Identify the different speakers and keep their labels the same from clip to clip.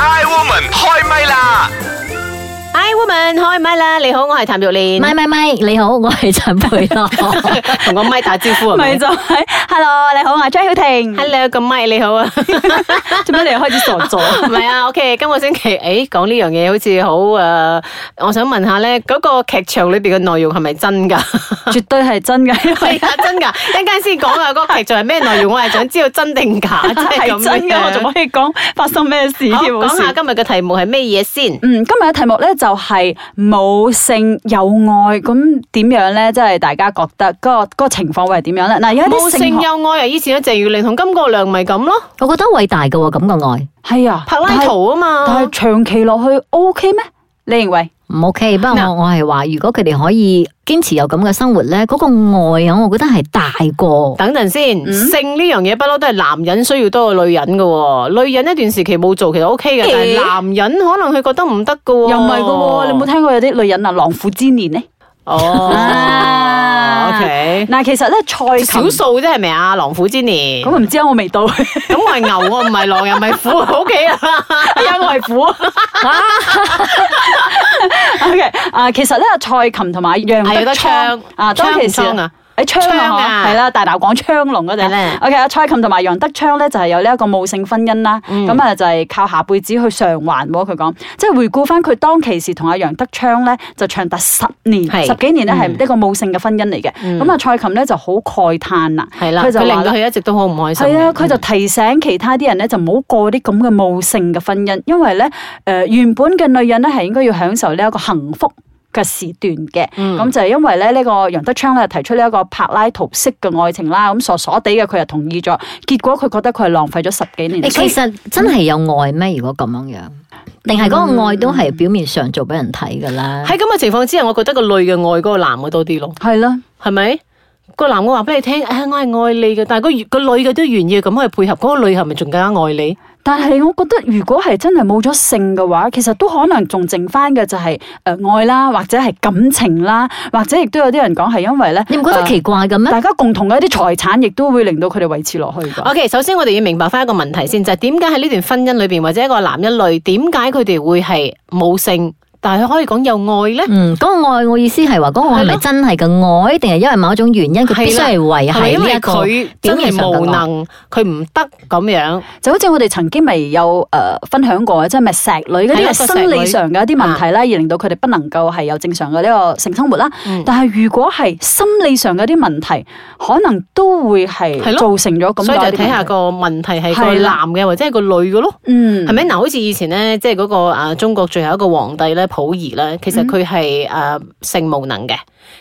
Speaker 1: I Woman 開唛啦！
Speaker 2: I woman 開咪啦！你好，我係譚玉
Speaker 3: 唔
Speaker 2: 蓮，
Speaker 3: 係唔係唔係，你好，我係陳佩樂。
Speaker 2: 同個咪打招呼係 啊
Speaker 4: 咪
Speaker 2: 咪
Speaker 4: 就係、Hello，你好，我係張曉婷。
Speaker 2: ？Hello，個咪你好 啊！
Speaker 4: 做咩你又開始傻 咗？
Speaker 2: 唔係啊，OK，今個星期誒講呢樣嘢好似好誒、呃我想問下咧，嗰、個劇場裏邊嘅內容係咪真 㗎？
Speaker 4: 絕對係真嘅，因為
Speaker 2: 係啊，真㗎！一陣間先講啊，嗰個劇場係咩內容？我係想知道真定假， 真係 咁
Speaker 4: 係真嘅，
Speaker 2: 樣
Speaker 4: 我仲可以講發生咩事添。
Speaker 2: 好，
Speaker 4: 好
Speaker 2: 講
Speaker 4: 笑
Speaker 2: 下今日嘅題目係咩嘢先？
Speaker 4: 嗯，今日嘅題目咧就係冇性有愛，咁點樣咧？即係大家覺得嗰、個嗰個情況會係點樣咧？嗱，有一
Speaker 2: 冇
Speaker 4: 啲
Speaker 2: 性
Speaker 4: 性學
Speaker 2: 有愛啊！以前嘅鄭裕玲同金國亮咪咁咯，
Speaker 3: 我覺得偉大嘅喎，咁嘅愛
Speaker 4: 係啊，
Speaker 2: 柏拉圖啊
Speaker 4: 但係，但係
Speaker 2: 嘛。
Speaker 4: 長期落去 O K 咩？你認為？
Speaker 3: 唔 OK。不過
Speaker 2: 嗱
Speaker 3: 我我係話，如果佢哋可以堅持有咁嘅生活咧，嗰、個愛啊，我覺得係大過。
Speaker 2: 等陣先，性呢樣嘢不嬲都係男人需要多過女人嘅喎，女人一段時期冇做其實 O K 嘅，但係
Speaker 4: 咦
Speaker 2: 男人可能佢覺得唔得嘅喎。
Speaker 4: 又唔係嘅喎，你冇聽過有啲女人啊，狼虎之年咧？
Speaker 2: 哦
Speaker 4: 啊
Speaker 2: ，OK，
Speaker 4: 嗱，其實咧，蔡
Speaker 2: 少
Speaker 4: 琴
Speaker 2: 數啫係咪啊？狼虎之年，
Speaker 4: 咁我唔知啊，我未到，
Speaker 2: 咁我係牛，我唔係狼，又唔 係虎，OK 啦。
Speaker 4: 因為 苦。O K，啊，其實咧，蔡琴同埋楊
Speaker 2: 係有
Speaker 4: 德
Speaker 2: 得
Speaker 4: 昌
Speaker 2: 槍
Speaker 4: 啊，當其時
Speaker 2: 槍唔槍啊
Speaker 4: 喺槍
Speaker 2: 槍
Speaker 4: 啊
Speaker 2: 啊
Speaker 4: 嗬，係啦，大鬧廣昌隆嗰
Speaker 2: 係
Speaker 4: 陣
Speaker 2: 啦。
Speaker 4: O K，啊，蔡琴同埋楊德昌咧就係有呢一個母性婚姻啦，
Speaker 2: 嗯
Speaker 4: 咁啊就係靠下輩子去償還喎。佢講，即係回顧翻佢當其時同阿楊德昌咧就長達十年
Speaker 2: 係、嗯
Speaker 4: 十幾年咧係呢個母性嘅婚姻嚟嘅。咁啊，蔡琴咧就好慨嘆啦，
Speaker 2: 係啦，
Speaker 4: 佢就
Speaker 2: 佢令
Speaker 4: 話
Speaker 2: 到
Speaker 4: 啦。
Speaker 2: 佢一直都好唔開心嘅。
Speaker 4: 係啊，佢就提醒其他啲人咧，就唔好過啲咁嘅冇性嘅婚姻，因為咧，誒、呃原本嘅女人咧係應該要享受呢一個幸福。嘅時段嘅，咁、
Speaker 3: 嗯
Speaker 4: 就係因為咧呢、呢個楊德昌咧提出呢一個柏拉圖式嘅愛情啦，咁傻傻地嘅佢又同意咗，結果佢覺得佢係浪費咗十幾年。
Speaker 3: 誒
Speaker 4: 所以
Speaker 3: 其實真係有愛咩？如果咁樣樣，定係嗰
Speaker 4: 嗯
Speaker 3: 個愛都係表面上做俾人睇㗎啦。
Speaker 2: 喺咁嘅情況之下，我覺得個女嘅愛嗰個男嘅多啲咯，
Speaker 4: 係啦，
Speaker 2: 係咪？個男嘅話俾你聽，啊，我係愛你嘅，但係個個女嘅都願意咁去配合，嗰、個女係咪仲更加愛你？
Speaker 4: 但係我覺得如果係真係冇咗性嘅話，其實都可能仲剩翻嘅就係、誒愛啦，或者係感情啦，或者亦都有啲人講係因為咧，
Speaker 3: 你唔覺得
Speaker 4: 誒
Speaker 3: 奇怪嘅咩？
Speaker 4: 大家共同嘅一啲財產，亦都會令到佢哋維持落去㗎。
Speaker 2: OK，首先我哋要明白翻一個問題先，就係點解喺呢段婚姻裏邊，或者一個男一女，點解佢哋會係冇性，但係佢可以講有愛咧？
Speaker 3: 嗯，嗰、個愛我意思係話，嗰、個愛係
Speaker 2: 係
Speaker 3: 咪
Speaker 2: 咯
Speaker 3: 真係嘅愛，定係因為某一種原因，佢必須係維
Speaker 2: 係咪
Speaker 3: 係
Speaker 2: 因
Speaker 3: 呢
Speaker 2: 為
Speaker 3: 一個
Speaker 2: 佢真係無能，佢唔得咁樣？
Speaker 4: 就好似我哋曾經咪有誒、呃分享過，即係咪石女嗰
Speaker 2: 係一
Speaker 4: 啲
Speaker 2: 個
Speaker 4: 係生
Speaker 2: 石女啊
Speaker 4: 理上嘅一啲問題啦，而令到佢哋不能夠係有正常嘅呢個性生活啦。
Speaker 2: 嗯
Speaker 4: 但係如果係心理上嘅一啲問題，可能都會係
Speaker 2: 係咯
Speaker 4: 造成咗咁
Speaker 2: 所以
Speaker 4: 樣
Speaker 2: 就睇下個問題係個
Speaker 4: 係啦
Speaker 2: 男嘅或者係個女嘅咯。
Speaker 4: 嗯
Speaker 2: 係咪嗱？好似以前咧，即係嗰個啊中國最後一個皇帝咧，溥儀咧，其實佢係誒性無能嘅，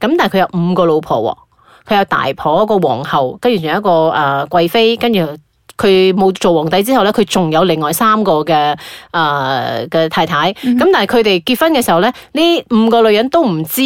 Speaker 2: 咁但係佢有五個老婆喎，佢有大婆一個皇后，跟住仲有一個誒、呃、貴妃，跟住佢冇做皇帝之後咧，佢仲有另外三個嘅誒嘅太太，
Speaker 4: 嗯
Speaker 2: 咁、但係佢哋結婚嘅時候咧，呢五個女人都唔知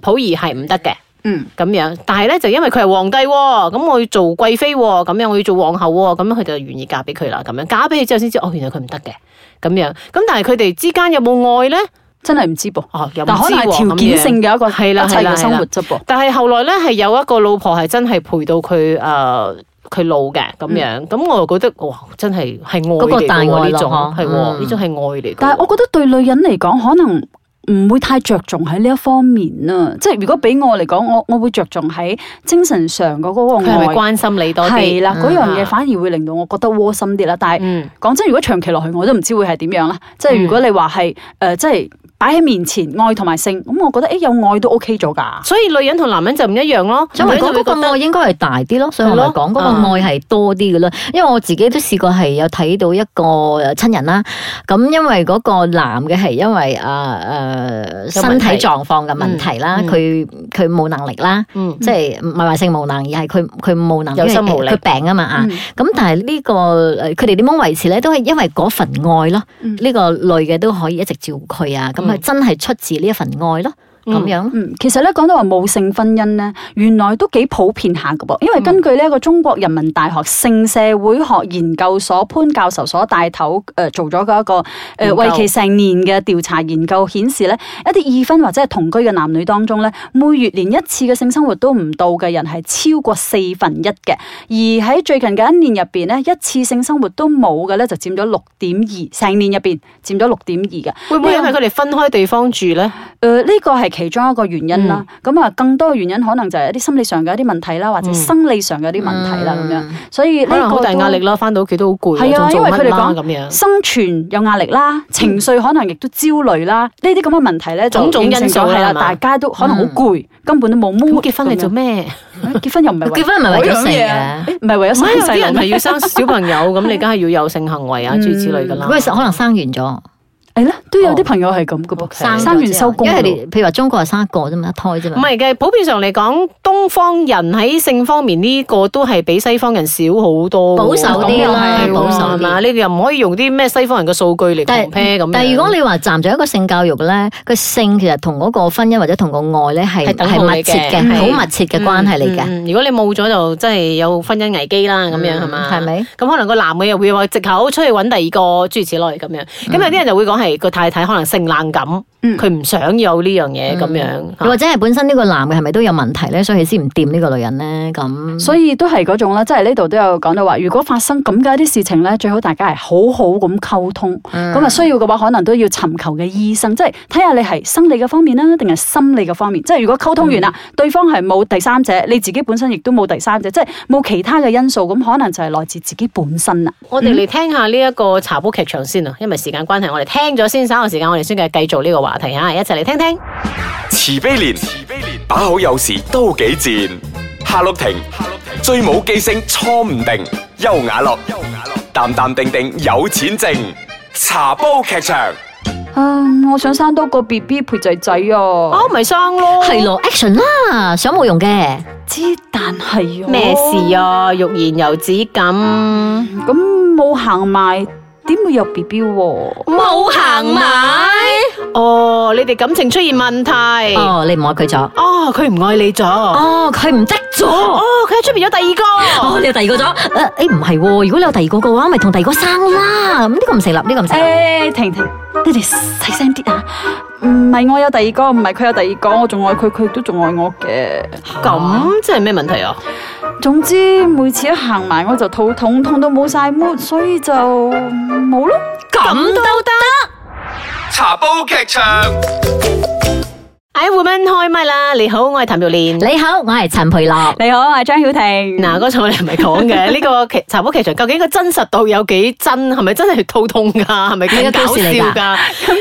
Speaker 2: 溥儀係唔得嘅。
Speaker 4: 嗯
Speaker 2: 咁樣，但係咧就因為佢係皇帝喎、咁我要做貴妃喎、咁樣我要做皇后喎、咁樣佢就願意嫁俾佢啦。咁樣嫁俾佢之後先知，哦，原來佢唔得嘅，咁樣。咁但係佢哋之間有冇愛咧？
Speaker 4: 真係唔知噃，
Speaker 2: 哦，又唔知
Speaker 4: 但可能
Speaker 2: 喎。
Speaker 4: 係條件
Speaker 2: 咁樣
Speaker 4: 性嘅一個
Speaker 2: 係啦
Speaker 4: 一切
Speaker 2: 係啦
Speaker 4: 嘅生活
Speaker 2: 係啦
Speaker 4: 啫噃。
Speaker 2: 但係後來咧係有一個老婆係真係陪到佢誒呃佢老嘅咁
Speaker 4: 嗯
Speaker 2: 樣，咁、我又覺得哇，真係係愛嚟
Speaker 3: 嗰個
Speaker 2: 嘅
Speaker 3: 大愛
Speaker 2: 喎呢
Speaker 3: 咯
Speaker 2: 種，
Speaker 3: 嗬
Speaker 2: 係喎
Speaker 3: 嗯
Speaker 2: 呢種係愛嚟嘅喎。
Speaker 4: 但係我覺得對女人嚟講，可能唔會太着重喺呢一方面啊。即係如果俾我嚟講，我我會着重喺精神上嘅嗰
Speaker 2: 佢係
Speaker 4: 個
Speaker 2: 咪
Speaker 4: 愛。
Speaker 2: 關心你多啲？
Speaker 4: 係啦，嗰樣
Speaker 2: 嗯
Speaker 4: 嘢反而會令到我覺得窩心啲啦。但係
Speaker 2: 嗯，
Speaker 4: 講真，如果長期落去，我都唔知會係點樣啦。即係如果你話係誒，即係擺喺面前愛同埋性，咁我覺得誒有愛都 OK 咗㗎。
Speaker 2: 所以女人同男人就唔一樣咯。
Speaker 3: 所以我
Speaker 2: 女人就會
Speaker 3: 講嗰
Speaker 2: 覺
Speaker 3: 個
Speaker 2: 得
Speaker 3: 愛應該係大啲咯，所以我咪講嗰個
Speaker 2: 係咯
Speaker 3: 愛係多啲嘅啦。因為我自己都試過係有睇到一個誒親人啦，咁因為嗰個男嘅係因為啊誒
Speaker 2: 有問
Speaker 3: 身體
Speaker 2: 題
Speaker 3: 狀況嘅問題啦，
Speaker 2: 嗯嗯
Speaker 3: 佢佢冇能力啦，
Speaker 2: 嗯
Speaker 3: 即係唔係話性無能，而係佢佢冇能力，
Speaker 2: 有心
Speaker 3: 因為
Speaker 2: 無力
Speaker 3: 佢病啊嘛啊。
Speaker 4: 嗯
Speaker 3: 咁但係呢個誒佢哋點樣維持咧？都係因為嗰份愛咯，
Speaker 4: 嗯
Speaker 3: 呢個女嘅都可以一直照顧佢啊，咁佢
Speaker 2: 嗯
Speaker 3: 真係出自呢一份愛咯。咁樣。
Speaker 4: 嗯，其實咧講到話無性婚姻咧，原來都幾普遍下噶噃，因為
Speaker 2: 嗯
Speaker 4: 根據呢一個中國人民大學性社會學研究所潘教授所帶頭誒、呃做咗嘅一個誒、呃
Speaker 2: 研究
Speaker 4: 為期成年嘅調查研究顯示咧，一啲已婚或者係同居嘅男女當中咧，每月連一次嘅性生活都唔到嘅人係超過四分一嘅，而喺最近嘅一年入邊咧，一次性生活都冇嘅咧就佔咗六點二，成年入邊佔咗六點二嘅。
Speaker 2: 會
Speaker 3: 啊
Speaker 2: 唔會因為佢哋分開地方住咧？
Speaker 4: 誒呃呢個係其中一個原因啦，
Speaker 2: 嗯
Speaker 4: 咁啊、更多嘅原因可能就係一啲心理上嘅一啲問題啦，或者生理上嘅一啲問題啦咁、樣，所以呢
Speaker 2: 嗯可能好
Speaker 4: 個
Speaker 2: 大
Speaker 4: 都
Speaker 2: 壓力啦，翻到屋企都好攰
Speaker 4: 係
Speaker 2: 啊，
Speaker 4: 啊
Speaker 2: 仲做
Speaker 4: 因為
Speaker 2: 乜
Speaker 4: 佢哋
Speaker 2: 啦
Speaker 4: 講
Speaker 2: 咁樣。
Speaker 4: 生存有壓力啦，情緒可能亦都焦慮啦，呢啲咁嘅問題咧就
Speaker 2: 種種因素
Speaker 4: 形成咗係
Speaker 2: 係嘛
Speaker 4: 啦，
Speaker 2: 嗯
Speaker 4: 大家都可能好攰，根本都冇 mood
Speaker 2: 咁結婚嚟做
Speaker 4: 咁
Speaker 2: 咩？
Speaker 4: 樣？結婚又唔係
Speaker 3: 結婚唔係為咗性
Speaker 4: 嗰樣嘢
Speaker 3: 嘅，
Speaker 4: 啊哎誒唔係
Speaker 2: 啊唔係
Speaker 4: 為咗
Speaker 2: 有
Speaker 4: 生
Speaker 2: 啲人
Speaker 4: 細
Speaker 2: 係
Speaker 4: 路咩？
Speaker 2: 要生小朋友， 咁你梗係要有性行為啊，諸如此類噶啦。
Speaker 3: 佢嗯可能生完咗，
Speaker 4: 係咧，都有啲朋友係咁嘅
Speaker 2: 哦
Speaker 4: 噃，
Speaker 3: 生咗
Speaker 4: 生完
Speaker 3: 之後
Speaker 4: 收工
Speaker 3: 因為佢
Speaker 4: 㗎
Speaker 3: 哋譬如話中國係生一個啫嘛，一胎啫
Speaker 2: 唔
Speaker 3: 嘛。
Speaker 2: 係嘅，普遍上嚟講，東方人喺性方面呢個都係比西方人少好多喎，
Speaker 3: 保守
Speaker 4: 啲啦
Speaker 2: 咁又係喎
Speaker 4: 保守
Speaker 3: 啲
Speaker 2: 係嘛？你又唔可以用啲咩西方人嘅數據嚟
Speaker 3: 但
Speaker 2: compare 咁樣。嗯
Speaker 3: 但係如果你話站在一個性教育咧，個性其實同嗰個婚姻或者同個愛咧係
Speaker 2: 係等號
Speaker 3: 係密切
Speaker 2: 嚟嘅
Speaker 3: 嘅，好密切嘅關係嚟嘅，嗯
Speaker 2: 嗯嗯如果你冇咗就真係有婚姻危機啦，咁樣係嘛？
Speaker 3: 係？咪？
Speaker 2: 咁可能個男嘅又會話藉口出去揾第二個諸如此類咁樣，咁有啲人就會講係個太太可能性冷感，
Speaker 4: 嗯
Speaker 2: 佢唔想有呢樣嘢咁樣。啊
Speaker 3: 又或者係本身呢個男嘅係咪都有問題咧，所以佢先唔掂呢個女人咧？咁
Speaker 4: 所以都係嗰種啦，即係呢度都有講到話，如果發生咁嘅一啲事情咧，最好大家係好好咁溝通。咁啊、需要嘅話，可能都要尋求嘅醫生，即係睇下你係生理嘅方面啦，啊定係心理嘅方面。即係如果溝通完啦，對方係冇第三者，你自己本身亦都冇第三者，即係冇其他嘅因素，咁可能就係來自自己本身啦。
Speaker 2: 我哋嚟聽下呢一個茶煲劇場先啊，因為時間關係，我哋聽咗先，稍後時間我哋先繼繼續呢個話題啊，一齊嚟聽聽。
Speaker 1: 慈悲蓮，慈悲蓮，把好有時都幾賤。夏綠庭，夏綠庭，最冇記性錯唔定。優雅樂，優雅樂，淡淡定定有錢剩。茶煲劇場，
Speaker 4: 啊，我想生多個 B B 陪仔仔啊！
Speaker 2: 哦，咪生咯，
Speaker 3: 係咯，action 啦，想冇用嘅。
Speaker 4: 之但係
Speaker 2: 咩事？啊？欲言又止咁，
Speaker 4: 咁冇行埋，點會有 B B 喎？
Speaker 2: 冇行埋。哦，你哋感情出現問題。
Speaker 3: 哦，你唔愛佢咗，
Speaker 2: 哦，佢唔愛你咗。哦，
Speaker 3: 哦，佢唔得咗，哦，
Speaker 2: 佢喺出面有第二個。
Speaker 3: 你有第二個咗，誒、誒唔係喎，如果你有第二個嘅話，咪同第二個生啦，咁呢個唔成立，呢、個唔成立。
Speaker 4: 誒，婷婷，你哋細聲啲啊！唔係我有第二個，唔係佢有第二個，我仲愛佢，佢亦都仲愛我嘅。
Speaker 2: 咁即係咩問題啊？
Speaker 4: 總之每次一行埋我就肚痛，痛到冇晒 mood，所以就冇咯。
Speaker 3: 咁都得。
Speaker 1: 茶煲劇場。
Speaker 2: 哎，woman 開麥啦！你好，我係譚玉蓮。
Speaker 3: 你好，我係陳培樂。
Speaker 4: 你好，我係張曉婷。
Speaker 2: 嗱，嗰陣我哋唔係講 嘅呢個劇茶煲劇場，究竟個真實度有幾真？係咪真係肚痛㗎？係咪
Speaker 3: 你
Speaker 2: 咁
Speaker 3: 嘅
Speaker 2: 搞
Speaker 3: 故事嚟
Speaker 2: 笑
Speaker 3: 㗎
Speaker 2: 㗎？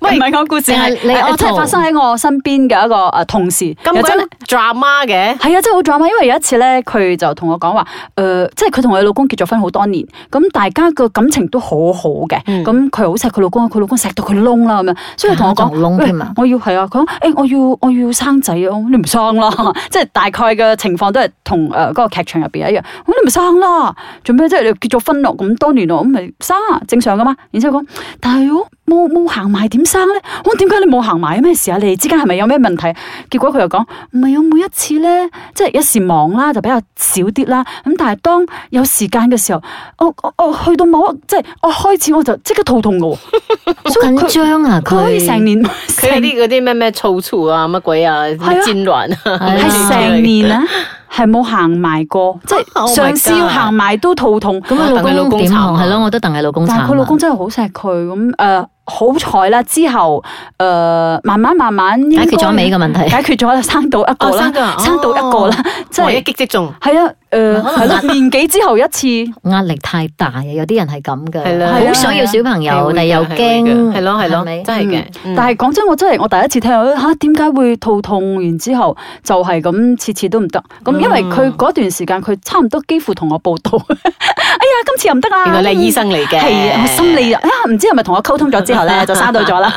Speaker 4: 喂，唔係我故事，
Speaker 3: 定係
Speaker 4: 係
Speaker 3: 你
Speaker 4: 係
Speaker 3: auto？
Speaker 4: 真係發生喺我身邊嘅一個誒同事，
Speaker 2: 咁
Speaker 4: 又真
Speaker 2: 鬼 drama 嘅。
Speaker 4: 係啊，真係好 drama。因為有一次咧，佢就同我講話，誒、即係佢同佢老公結咗婚好多年，咁大家個感情都好好嘅。
Speaker 2: 嗯
Speaker 4: 咁佢好錫佢老公，佢老公錫到佢窿啦咁樣，所以佢同我
Speaker 3: 啊仲
Speaker 4: 講，
Speaker 3: 窿
Speaker 4: 喂
Speaker 3: 添啊
Speaker 4: 我要係啊，佢講，誒、我要我要生仔啊，你唔生啦， 即係大概嘅情況都係同呃誒嗰個劇場入邊一樣。我話你唔生啦，做咩啫？你結咗婚咯，咁多年咯，咁咪生啊，正常噶嘛。然之後講，但係我冇冇行埋點生咧？我話點解你冇行埋？咩事啊？你哋之間係咪有咩問題？結果佢又講唔係，我每一次咧，即係一時忙啦，就比較少啲啦。咁但係當有時間嘅時候，我我我去到某一即係我開始我就即刻肚痛噶喎，
Speaker 3: 好
Speaker 4: 哦所以佢
Speaker 3: 緊張啊！
Speaker 4: 佢可以成
Speaker 3: 年
Speaker 4: 年，
Speaker 2: 佢有
Speaker 4: 成
Speaker 2: 啲嗰啲咩咩醋醋啊，乜鬼啊，
Speaker 4: 係啊
Speaker 2: 戰亂啊，
Speaker 3: 係
Speaker 4: 係成年啊，係冇行埋過，即
Speaker 2: Oh my
Speaker 4: 係上司要
Speaker 2: God
Speaker 4: 行埋都肚痛。
Speaker 3: 咁
Speaker 2: 我戥
Speaker 3: 佢
Speaker 2: 佢老
Speaker 3: 老
Speaker 2: 公
Speaker 3: 公點
Speaker 2: 慘
Speaker 3: 啊？
Speaker 2: 啊
Speaker 3: 係咯，我都戥佢老公慘
Speaker 4: 但
Speaker 3: 啊。
Speaker 4: 係佢老公真係好錫佢咁誒，呃好彩啦！之後誒、呃慢慢慢慢應該
Speaker 3: 解決咗尾嘅問題，
Speaker 4: 解決咗啦，生到一個
Speaker 2: 哦生
Speaker 4: 啦
Speaker 2: 到啊，
Speaker 4: 生到一個啦，即
Speaker 2: 真係一
Speaker 4: 係
Speaker 2: 擊即中。
Speaker 4: 係啊，誒係咯，年幾之後一次，
Speaker 3: 壓力太大啊！有啲人係咁
Speaker 2: 係啦
Speaker 3: 嘅，好想要小朋友，但係又驚，
Speaker 2: 係咯係
Speaker 3: 係
Speaker 2: 咯，
Speaker 3: 咪
Speaker 2: 真係嘅
Speaker 4: 嗯。
Speaker 2: 嗯
Speaker 4: 但係講真，我真係我第一次聽到吓點解會肚痛，然之後就係
Speaker 2: 嗯
Speaker 4: 咁次次都唔得，咁因為佢嗰段時間佢差唔多幾乎同我報道，哎呀今次又唔得啦。
Speaker 2: 原來你係醫生嚟嘅
Speaker 4: 係啊，我心理啊，唔知係咪同我溝通咗之後咧，就生到咗 啦。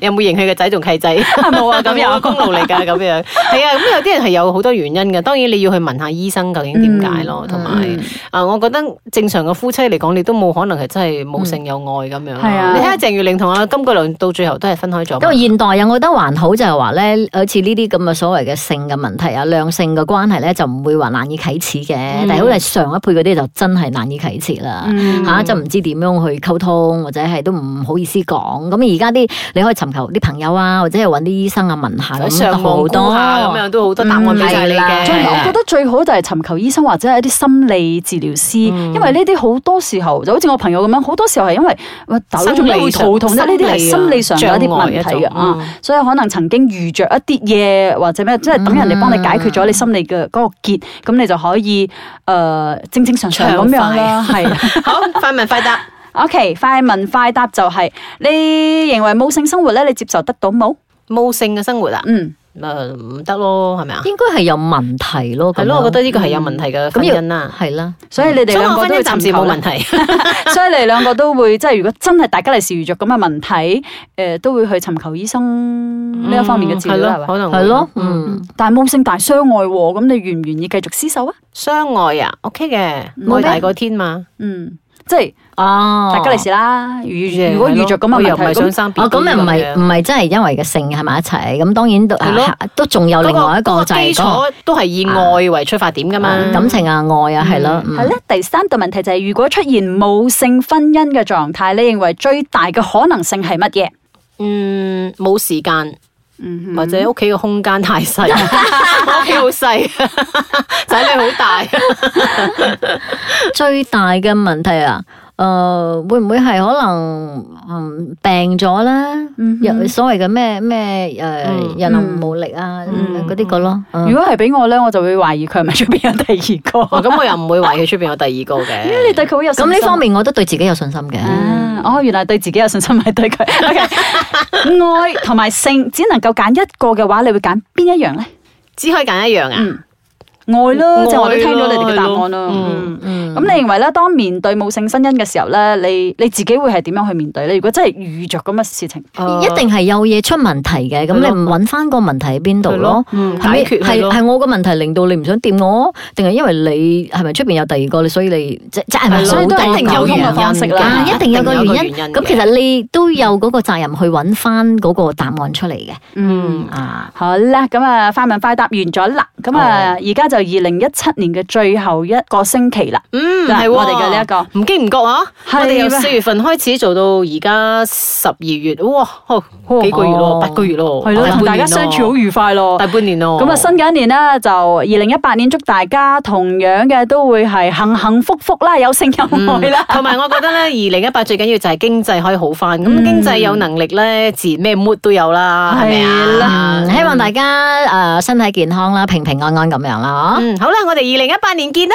Speaker 2: 有冇認佢嘅仔仲契仔？
Speaker 4: 冇啊咁樣
Speaker 2: 有冇功勞哦嚟 㗎咁樣。係啊，咁有啲人係有好多原因嘅。當然你要去問下醫生究竟點解
Speaker 4: 嗯
Speaker 2: 咯，同埋啊，我覺得正常嘅夫妻嚟講，你都冇可能係真係冇性有愛咁樣。
Speaker 4: 係啊
Speaker 2: 你睇下鄭月玲同阿金桂良到最後都係分開咗
Speaker 3: 因
Speaker 2: 嘛。
Speaker 3: 為現代人，我覺得還好就係話咧，好似呢啲咁嘅所謂嘅性嘅問題啊、兩性嘅關係咧，就唔會話難以啟齒嘅。但係好似上一輩嗰啲就真係難以啟齒啦，嚇、
Speaker 4: 嗯
Speaker 3: 就唔知點樣去溝通，或者係都唔好意思講。咁而家啲你可以尋求啲朋友啊，或者係揾啲醫生啊問下，咁
Speaker 2: 上網
Speaker 3: 都好
Speaker 2: 估下
Speaker 3: 多
Speaker 2: 咁。樣都好多答案俾晒你嘅。
Speaker 3: 嗯係啦
Speaker 4: 最我覺
Speaker 2: 係
Speaker 4: 得最好就係尋求醫生或者係一啲心理治療師，
Speaker 2: 嗯
Speaker 4: 因為呢啲好多時候就好似我朋友咁樣，好多時候係因為呃喂大佬仲會肚痛，
Speaker 2: 啊
Speaker 4: 即係呢啲係心理上嘅一啲問題嘅
Speaker 2: 嗯
Speaker 4: 啊，所以可能曾經遇着一啲嘢或者咩，即係等人哋幫你解決咗你心理嘅嗰個結，咁你就可以誒、呃正正常常咁樣啦， 係。
Speaker 2: 好，快問快答。
Speaker 4: OK，快問快答就係、你認為冇性生活咧，你接受得到冇？
Speaker 2: 冇性嘅生活啊，
Speaker 4: 嗯，
Speaker 2: 誒唔得咯，係咪啊？
Speaker 3: 應該係有問題咯。嗯
Speaker 2: 係咯，我覺得呢個係有問題嘅婚姻啦。
Speaker 3: 係啦。
Speaker 4: 所嗯以你哋
Speaker 2: 所以我
Speaker 4: 兩個
Speaker 2: 婚
Speaker 4: 都
Speaker 2: 姻
Speaker 4: 會
Speaker 2: 暫
Speaker 4: 尋
Speaker 2: 時
Speaker 4: 求
Speaker 2: 冇
Speaker 4: 啦
Speaker 2: 問題。
Speaker 4: 所以你兩個都會即係如果真係大家嚟時遇着咁嘅問題，誒、都會去尋求醫生呢一方面嘅治療
Speaker 2: 嗯係咯
Speaker 4: 啦，係咪
Speaker 2: 可能會
Speaker 3: 係咯，嗯，
Speaker 4: 但係冇性大相愛喎，咁你願唔願意繼續厮守啊？
Speaker 2: 相愛啊，OK 嘅，
Speaker 4: 冇
Speaker 2: 愛
Speaker 4: 咩
Speaker 2: 大過天嘛。
Speaker 4: 嗯，即係
Speaker 3: 哦，
Speaker 4: 大家嚟時啦。如如果遇着咁
Speaker 2: 我
Speaker 4: 嘅
Speaker 2: 又唔啊係
Speaker 4: 問題，
Speaker 2: 想
Speaker 4: 咁
Speaker 2: 生 B
Speaker 3: 哦，咁咪唔係唔
Speaker 2: 係
Speaker 3: 係真係因為嘅性喺埋一齊，咁當然都
Speaker 2: 係咯
Speaker 3: 啊都仲有另外一個就係
Speaker 2: 基
Speaker 3: 嗰個
Speaker 2: 礎都係以愛為出發點噶嘛。
Speaker 3: 啊感情啊、愛啊，係咯，嗯
Speaker 4: 係咧。第三個問題就係、如果出現冇性婚姻嘅狀態，你認為最大嘅可能性係乜嘢？
Speaker 2: 嗯，冇時間
Speaker 4: 嗯哼
Speaker 2: 或者屋企嘅空間太細，我屋企好細，仔女好大。
Speaker 3: 最大嘅問題啊，誒會唔會係可能嗯病咗啦？有所謂嘅咩咩
Speaker 2: 嗯
Speaker 3: 誒人能無力啊
Speaker 2: 嗯
Speaker 3: 嗰啲個咯。嗯
Speaker 4: 如果係俾我咧，我就會懷疑佢係咪出邊有第二個
Speaker 2: 哦，。咁我又唔會懷疑出邊有第二個
Speaker 4: 因為
Speaker 2: 嘅。
Speaker 4: 你對佢好有信
Speaker 3: 咁
Speaker 4: 心
Speaker 3: 呢方面我都對自己有信心嘅。
Speaker 4: 啊，哦，原來對自己有信心，唔係對佢。OK，愛同埋性只能夠揀一個嘅話，你會揀邊一樣咧？
Speaker 2: 只可以揀一樣啊。
Speaker 4: 嗯，愛咯，就我都
Speaker 2: 愛咯
Speaker 4: 聽到你哋嘅答案咯。
Speaker 2: 嗯
Speaker 4: 嗯，咁你認為咧，當面對冇性婚姻嘅時候咧，你你自己會係點樣去面對咧？如果真係遇着咁嘅事情，
Speaker 2: 呃
Speaker 3: 一定係有嘢出問題嘅，咁
Speaker 2: 係
Speaker 3: 你
Speaker 2: 咯
Speaker 3: 唔揾翻個問題喺邊度
Speaker 2: 係
Speaker 3: 咯
Speaker 2: 咯？嗯
Speaker 3: 係咪
Speaker 2: 解決係
Speaker 3: 係
Speaker 2: 咯
Speaker 3: 係我個問題令到你唔想掂我，定係因為你係咪出邊有第二個，你所以你即即係咪
Speaker 2: 係咯所
Speaker 3: 好多
Speaker 2: 以都一定有
Speaker 3: 原
Speaker 2: 通嘅方式啦嗯
Speaker 3: 啊一定有個
Speaker 2: 一定有個
Speaker 3: 原因
Speaker 2: 原因。
Speaker 3: 咁其實你都有嗰個責任去揾翻嗰個答案出嚟嘅
Speaker 2: 嗯。
Speaker 3: 啊。
Speaker 4: 好啦，咁啊，快問快答完咗啦。咁
Speaker 2: 哦
Speaker 4: 啊，而家就二零一七年嘅最後一個星期啦。
Speaker 2: 嗯，
Speaker 4: 嗱
Speaker 2: 係喎
Speaker 4: 我哋嘅呢一個
Speaker 2: 唔經唔覺啊，
Speaker 4: 係
Speaker 2: 我哋由
Speaker 4: 咩
Speaker 2: 四月份開始做到而家十二月，哇，哦
Speaker 4: 哦
Speaker 2: 幾個月
Speaker 3: 哦
Speaker 2: 咯，八個月咯，
Speaker 4: 係咯，
Speaker 2: 大半
Speaker 4: 同大家
Speaker 2: 年咯
Speaker 4: 相處好愉快咯
Speaker 2: 大。半年咯。
Speaker 4: 咁啊，新嘅一年咧，就二零一八年，祝大家同樣嘅都會係幸幸福福啦，有性有
Speaker 2: 嗯
Speaker 4: 愛啦。
Speaker 2: 同埋我覺得咧，二零一八最緊要就係經濟可以好翻，
Speaker 4: 嗯
Speaker 2: 咁經濟有能力咧，自然咩 mood 都有啦，係咪
Speaker 4: 係啦
Speaker 2: 啊？
Speaker 3: 嗯希呃望大家誒身體健康啦，平平安安咁樣啦，嗬。
Speaker 2: 嗯，好啦，我哋二零一八年見啦。